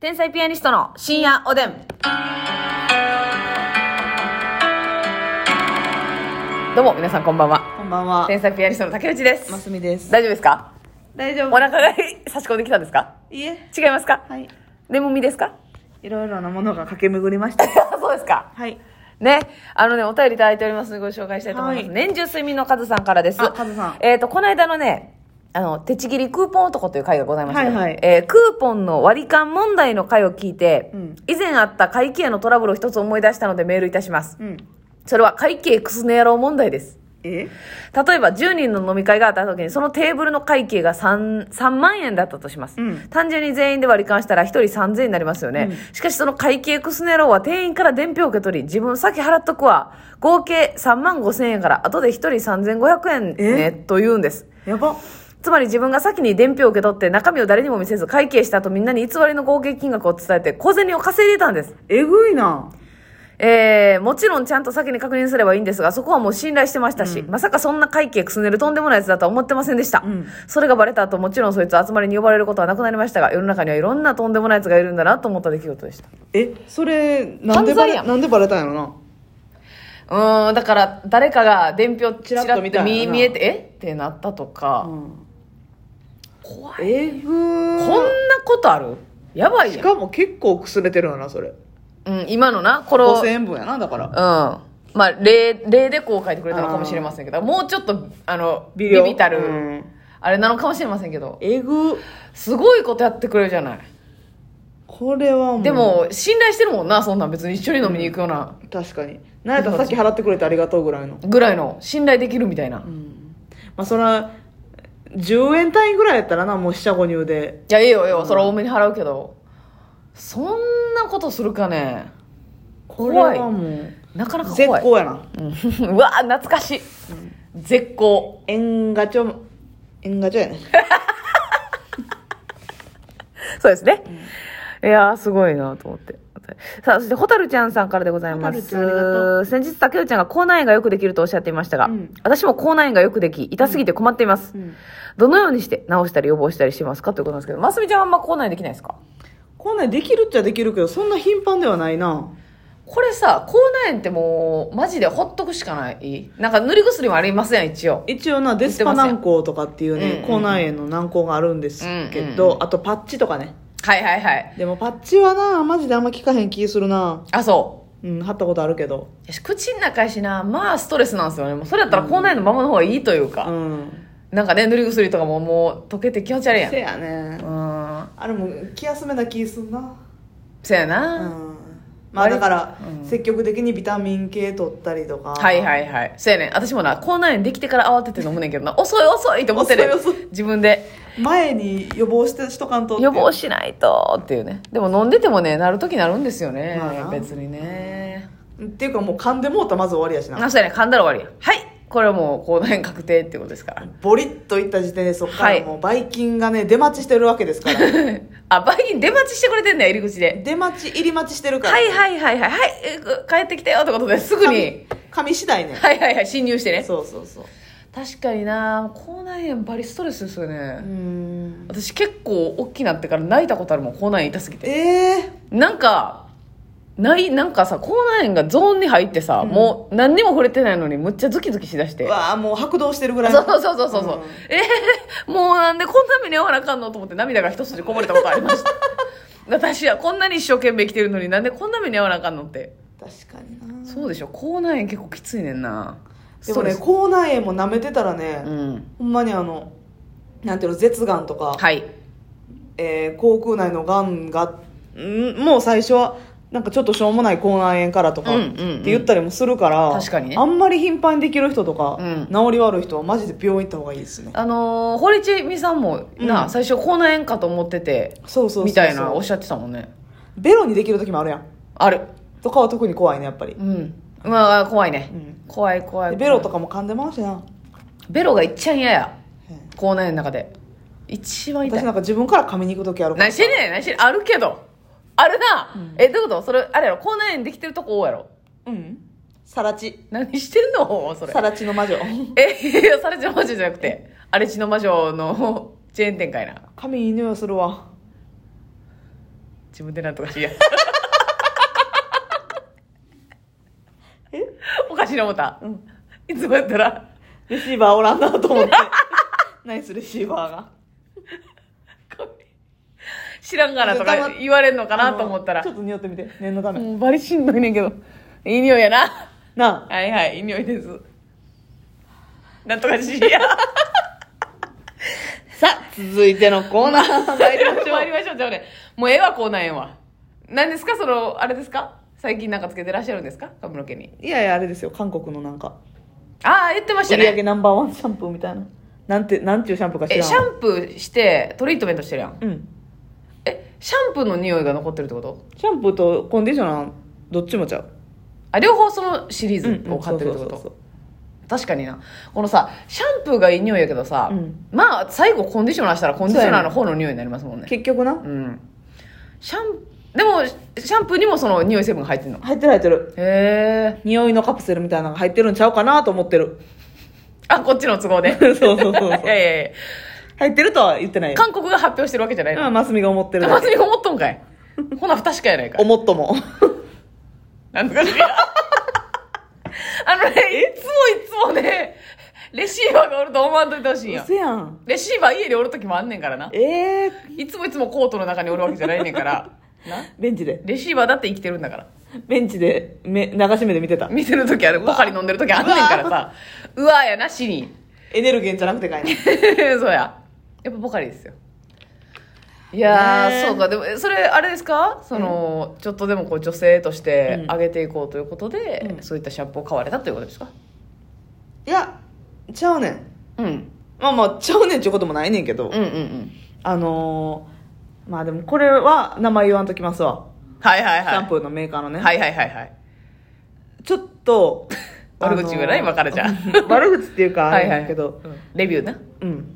天才ピアニストの深夜おでん。どうも、皆さんこんばんは。こんばんは。天才ピアニストの竹内です。ますみです。大丈夫ですか大丈お夫。腹が 差し込んできたんですかいえ。違いますかはい。眠みですか いろいろなものが駆け巡りました。そうですかはい。ね、あのね、お便りいただいておりますのでご紹介したいと思います。はい年中睡眠のカズさんからです。あカズさんえっ、と、この間のね、あの、手ちぎりクーポン男という回がございましたけど、はいはいえークーポンの割り勘問題の回を聞いて、うん以前あった会計のトラブルを一つ思い出したのでメールいたします。うん。それは会計クスネ野郎問題です。え例えば10人の飲み会があった時にそのテーブルの会計が 3, 3万円だったとします、うん単純に全員で割り勘したら1人3000円になりますよね、しかしその会計クスネローは店員から伝票を受け取り自分先払っとくわ合計3万5000円から後で1人3500円ねえと言うんですやば。つまり自分が先に伝票を受け取って中身を誰にも見せず会計した後みんなに偽りの合計金額を伝えて小銭を稼いでたんですえぐいな。えーもちろんちゃんと先に確認すればいいんですが、そこはもう信頼してましたし、まさかそんな会計くすねるとんでもないやつだとは思ってませんでした。んそれがバレた後、もちろんそいつは集まりに呼ばれることはなくなりましたが、世の中にはいろんなとんでもないやつがいるんだなと思った出来事でした。え、それ、なんで犯バ罪レ、やんなんでバレたんやろな。うーん、だから誰かが伝票ちらちらっとっと見見てたん見やな見えて、えってなったとか、うん。怖い。えぐこんなー。ことあるやばいしやん。かも結構くすれてるよな、それ。うん、今のな、これを5000円分やな、だから。うん。まあ、例、例でこう書いてくれたのかもしれませんけど、もうちょっと、あの、ビ量ビたる、うんあれなのかもしれませんけど、えぐ。すごいことやってくれるじゃない。これはもう。で、も、信頼してるもんな、そんなん別に一緒に飲みに行くような、確かに。なんやったらさっき払ってくれてありがとうぐらいの。ぐらいの、信頼できるみたいな。いまあ、そら、10円単位ぐらいやったらな、もう四捨五入で。や、ええよ、ええよ、それは多めに払うけど、そんなことするかね。これは怖い。もう。なかなか絶怖い。好やなうん うわ懐かしい。絶好。縁ガチョ縁ガチョやね そうですね。いやー、すごいなと思って。さあ、そして、ホタルちゃんさんからでございます。蛍ちゃんありが先日、竹内ちゃんが口内炎がよくできるとおっしゃっていましたが、うん私も口内炎がよくでき、痛すぎて困っています。んどのようにして治したり予防したりしてますかということなんですけど、ますみちゃんはあんま口内炎できないですか こんなんできるっちゃできるけどそんな頻繁ではないなこれさ、口内炎ってもう、マジでほっとくしかないなんか塗り薬もありますやん、一応。一応なデスパ軟膏とかっていううんうんうねん口内炎の軟膏があるんですけうんうどあとパッチとかねはいはいはい。でもパッチはなマジであんま効かへん気するなあ、そう。うん貼ったことあるけどよし口の中やしな、まあストレスなんですよね。もうそれやったら口内炎のままの方がいいといううか。んなんかね、塗り薬とかももう溶けて気持ち悪いやん。せやねうん。あれも気休めな気すんなそうやうな。んまあだからうん積極的にビタミン系取ったりとかはいはいはい。そうやねん。私もな、口内炎できてから慌てて飲むねんけどな、遅い遅いって思ってる遅い遅。自分で。前に予防してしとかんとってい予う防しないとっていうね。でも飲んでてもね、なるときなるんですよねまあ。な別にね。っていうかもう噛んでもうたらまず終わりやしなあ、そうやねん。噛んだら終わりや。はい。これはもう口内炎確定っていうことですから。 ボリッといった時点でそこかはいらもうばい菌がね出待ちしてるわけですからあ、バイキン出待ちしてくれてんだよ、入り口で。出待ち入り待ちしてるから、はいはいはいはい。はい。えぐ帰ってきたよってことですぐに。紙次第ねはいはいはい。侵入してね。そうそうそう確かにな口内炎バリストレスですようーね。ん私結構大きなってから泣いたことあるもん、口内炎痛すぎて。ええなんか、ない、なんかさ、口内炎がゾーンに入ってさ、もう何にも触れてないのにむっちゃズキズキしだして。わあもう白動してるぐらいそうそうそうそうそう。うんえーもうなんでこんな目に遭わなあかんのと思って涙が一筋こぼれたことありま した。私はこんなに一生懸命生きてるのになんでこんな目に遭わなあかんのって。確かになそうでしょ。口内炎結構きついねんな。でもねストレ口内炎も舐めてたらね、スうん。ほんまにあのなんていうの舌がんとか、はい。えー、口腔内のがんがんもう最初はなんかちょっとしょうもない口内炎からとかうっんうんうんて言ったりもするから、確かにねあんまり頻繁にできる人とか、うん治り悪い人はマジで病院行った方がいいですねあのー、堀ちえみさんもな、うん最初口内炎かと思ってて、そうそうそうそうみたいなおっしゃってたもんね。ベロにできる時もあるやんある。とかは特に怖いねやっぱりうん。まあ、怖いね。うん怖い怖い怖い。でベロとかも噛んでまうしなベロがいっちゃん嫌や。うん口内炎の中で。一番痛私いな。んか自分から噛みに行く時あるから何してんねん、何してんねん。あるけど。あるな。え、どういうことそれ、あれやろ、口内炎できてるとこ多やろ。うんさらち何してんのそれさ。らちの魔女 え、いや、されちの魔女じゃなくて、荒 地の魔女のチェーン展開な。髪いい匂いするわ自分でなんとかしや。 えおかしいな思ったう。ん。いつもやったら、レシーバーおらんなと 思って。ナイスレシーバーが。知らんがなとか言われんのかなと思ったらちょ、っと匂ってみて。念のため。もうバリしんどいねんけど、いい匂いやな。なあ。はいはい、いい匂いです。なんとかしや。さあ、続いてのコーナー参りましょ参りましょう。じゃあね、もうええわ、こうなんやわ。何ですか、その、あれですか最近なんかつけてらっしゃるんですか髪の毛に。 う。いやいや、あれですよ。韓国のなんか、ああ、言ってました売り上げね。ナンバーワンシャンプーみたいな。なんて、なんていうシャンプーか知え、らん。シャンプーして、トリートメントしてるやん。うん。え、シャンプーの匂いが残ってるってことシャンプーとコンディショナー、どっちもちゃう。あ、両方そのシリーズんを買ってるってこそうそうと確かにな。このさ、シャンプーがいい匂いやけどさ、うんまあ、最後コンディショナーしたらコンディショナーの方の匂いになりますもんそうね。結局な。うん。シャン、でも、シャンプーにもその匂い成分が入ってんの。入ってる入ってる。へえ。匂いのカプセルみたいなのが入ってるんちゃうかなと思ってる。 あ、こっちの都合で。そうそうそうそういやいやい入ってるとは言ってないや。よ。韓国が発表してるわけじゃないの。うん、マスミが思ってるだまけ。ずに思っとんかい。ほな、不確かやないか。思っとも。なんとかし ら。あのね、いつもいつもね、レシーバーがおると思わんといてほしいんや。嘘やん。レシーバー家におるときもあんねんからな。ええいつもいつもコートの中におるわけじゃないねんから。なベンチで。レシーバーだって生きてるんだから。ベンチで、め、流し目で見てた。見てるときある、ポカリ飲んでるときあんねんからさ。うわーやなしに。 エネルゲンじゃなくてかいな。そうや。やっぱポカリですよ。いやー、ねーそうか。でも、えそれ、あれですかその、ちょっとでもこう女性としてうん上げていこうということで、うんそういったシャンプーを買われたということですかいや、ちゃうねん。うん。まあまあ、ちゃうねんちゅうこともないねんけど。うんうんうん。あのー、まあでもこれは名前言わんときますわ。はいはいはい。シャンプーのメーカーのね。はいはいはいはい。ちょっと、 悪口言うな、今からじゃあ。あのー悪口っていうか、あはれいはやい。けど、うん、レビューな。うん。うん。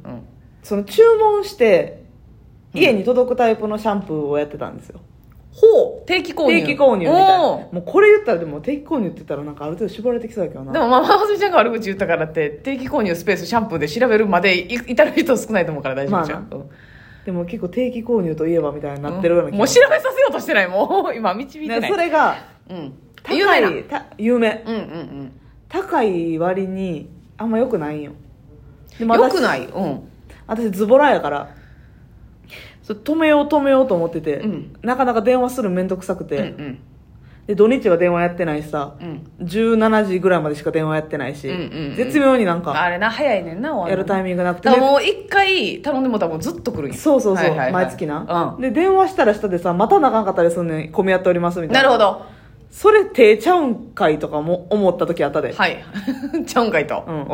その注文して、家に届くタイプのシャンプーをやってたんですよ。ほう定期購入。定期購入みたいな。おもうこれ言ったらでも定期購入って言ったらなんかある程度絞られてきそうだけどーな。でも、まあ、まずみちゃんが悪口言ったからって、定期購入スペースシャンプーで調べるまでい至る人少ないと思うから大丈夫じゃん。まうんでも結構定期購入といえばみたいになってるような気もがう調べさせようとしてないもう今導いてない、ねそれが、うん高有名なうんい、た有名。うんうん高い割に、あんま良くないんよ。うでんもよ私くないうん私ズボラやからそう止めよう止めようと思ってて、うんなかなか電話するの面倒くさくて、うんうんで土日は電話やってないしさうん17時ぐらいまでしか電話やってないし、うんうんうん絶妙になんかあれな早いねんな終わやるタイムミングなくてだからでもう一回頼んでもうたらもうずっと来るんやそうそうそう、はいはいはい毎月な、うんで電話したら下でさまたなかんかったりすんねん混み合っておりますみたないなるほどそれ手ちゃうんかいとかも思った時あったで、はい ちゃうんかいとうん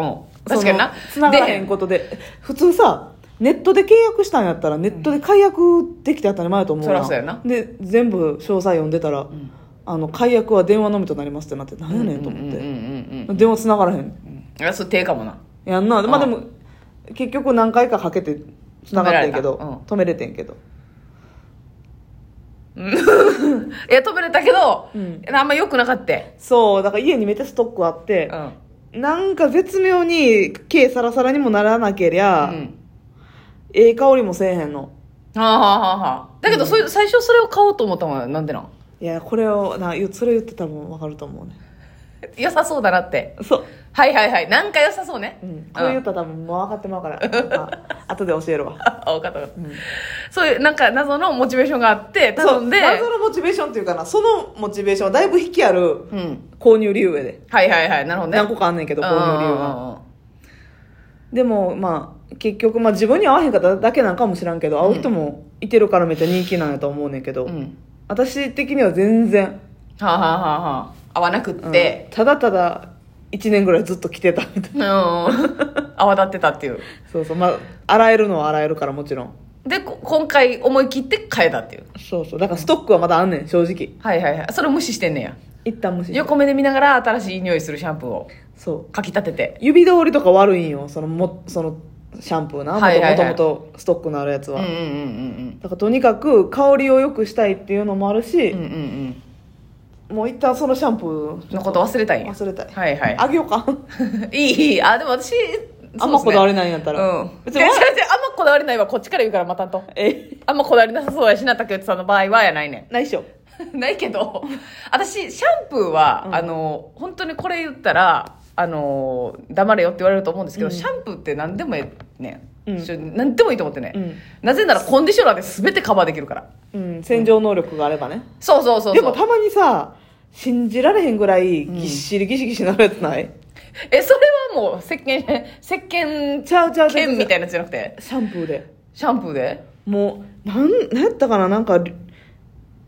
確かになつながら出へんことで普通さネットで契約したんやったらネットで解約できて当たり前やと思うそらそうやなで全部詳細読んでたら、んあの解約は電話のみとなりますってなって何やねんと思って、うんうんうん電話つながらへんうんあそう手かもなやんなあまあでも結局何回かかけてつながってんけど止められ止めれてんけどいや止めれたけどうんあんま良くなかったそうだから家にめっちゃストックあってう、んなんか絶妙に毛サラサラにもならなけりうゃ、んええ香りもせえへんのはあはあはあはあだけどそういう最初それを買おうと思ったのはなんでなんいやこれをな言うそれ言ってたらもう分かると思うね良さそうだなってそう、はいはいはいなんか良さそうねうん、こ れ言ったら多分もう分かってまうからなんか後で教えるわあ分かった分かった、そういうなんか謎のモチベーションがあって頼んでそう謎のモチベーションっていうかなそのモチベーションはだいぶ引きあるうん購入理由やではいはいはいなるほどね何個かあんねんけど購入理由うんがうんうんでもまあ結局、まあ、自分に合わへんかっただけなんかもしらんけど会う人もいてるからめっちゃ人気なんやと思うねんけど、うんうん私的には全然、はあはあはあはあ合わなくっうんて、ただただ1年ぐらいずっと着てたみたいな うん、泡立ってたっていうそうそうまあ洗えるのは洗えるからもちろんでこ今回思い切って変えたっていうそうそうだからストックはまだあんねん正直はいはいはいそれを無視してんねや一旦無視して横目で見ながら新しい匂いするシャンプーをそうかき立てて指通りとか悪いんよそのもそのシャンプーなもはいはいとはいもとストックのあるやつうんは、うんうんだからとにかく香りを良くしたいっていうのもあるしうんうんう、んうんもう一旦そのシャンプーうんのこと忘れたいんや忘れたい、はいはいあげようか いいいいあでも私そうですねあんまこだわれないんやったら、 うん。別に違う違うあんまこだわりないわ。こっちから言うからまたと。えあんまこだわりなさそうやしな、竹内さんの場合はやないねないっしょ。ん。 ないけ ど、私、シャンプーは、うんあの、本当にこれ言ったら、あの、黙れよって言われると思うんですけど、うんシャンプーって何でもええねん。うんちょ何でもいいと思ってね、うんなぜならコンディショナーで全てカバーできるから。うん、洗浄能力があればね。そうそうそうそう。でもたまにさ、信じられへんぐらいぎっしりぎしぎしなるやつない、 え、それはもう、石鹸、石鹸、ちゃうちゃうちゃうちゃう剣みたいなやつじゃなくて、シャンプーで。シャンプーでもう、なん、なんやったかななんか、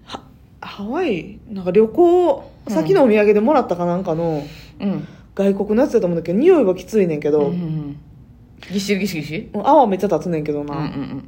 はハワイ、なんか旅行先のお土産でもらったかなんかのうん。外国のやつだと思うんだけど、匂いはきついねんけど、うんうんうんぎっしりぎっしりぎっしりもう泡めっちゃ立つねんけどうんな。うん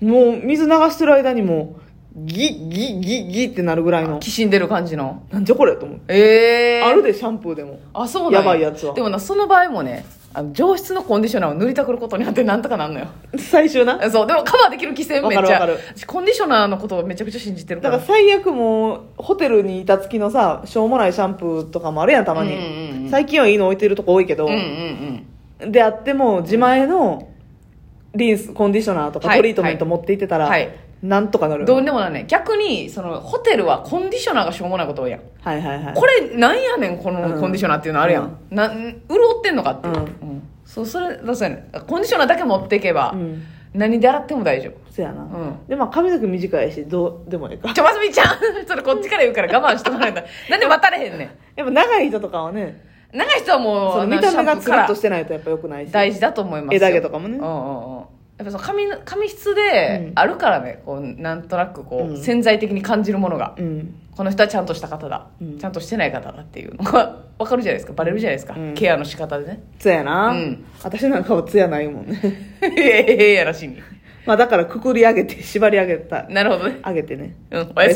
うん。もう水流してる間にもうギッギッギッギッってなるぐらいのきしんでる感じの。なんじゃこれと思って、ええー。あるでシャンプーでもあ、そうなんやばいやつはでもな、その場合もね、あの上質のコンディショナーを塗りたくることによってなんとかなんのよ。最終なだそう、でもカバーできる規制めっちわゃかるわか。私コンディショナーのことをめちゃくちゃ信じてるか。からら最悪もうホテルにいた月のさしょうもないシャンプーとかもあるやんたまに、うんうんうん最近はいいの置いてるとこ多いけど、うんうんうん。であっても自前のリンスコンディショナーとかはいトリートメント持って行ってたら、はいなんとかなるどうよにでもなんね。逆に、その、ホテルはコンディショナーがしょうもないこと多いやん。はいはいは いこれなんやねんこのうんコンディショナーっていうのあるやん、な潤ってんのかっていう、うんうんそうそれだそうやねコンディショナーだけ持っていけば、うん何で洗っても大丈夫 そやな、うんでまあ髪の毛短いしどうでもいいか ちょますみちゃん それこっちから言うから我慢しとかないとなんで待たれへんねやっぱ長い人とかはねん長い人はもうそのあの見シた目がツャンプールかっらとしてないとやっぱ良くないし大事だと思いますよ枝毛とかもねうんうんうんやっぱその髪の髪質うでんあるからね、こうなんとなくこう、うん潜在的に感じるものが、うんこの人はちゃんとした方だ、うんちゃんとしてない方だっていうのが 分かるじゃないですかバレるじゃないですか、うんケアの仕方でねつやな、うん私なんかはつやないもんね ええやらしいに。まあだからくくり上げて縛り上げたなるほどね。上げてねうん、おやすみ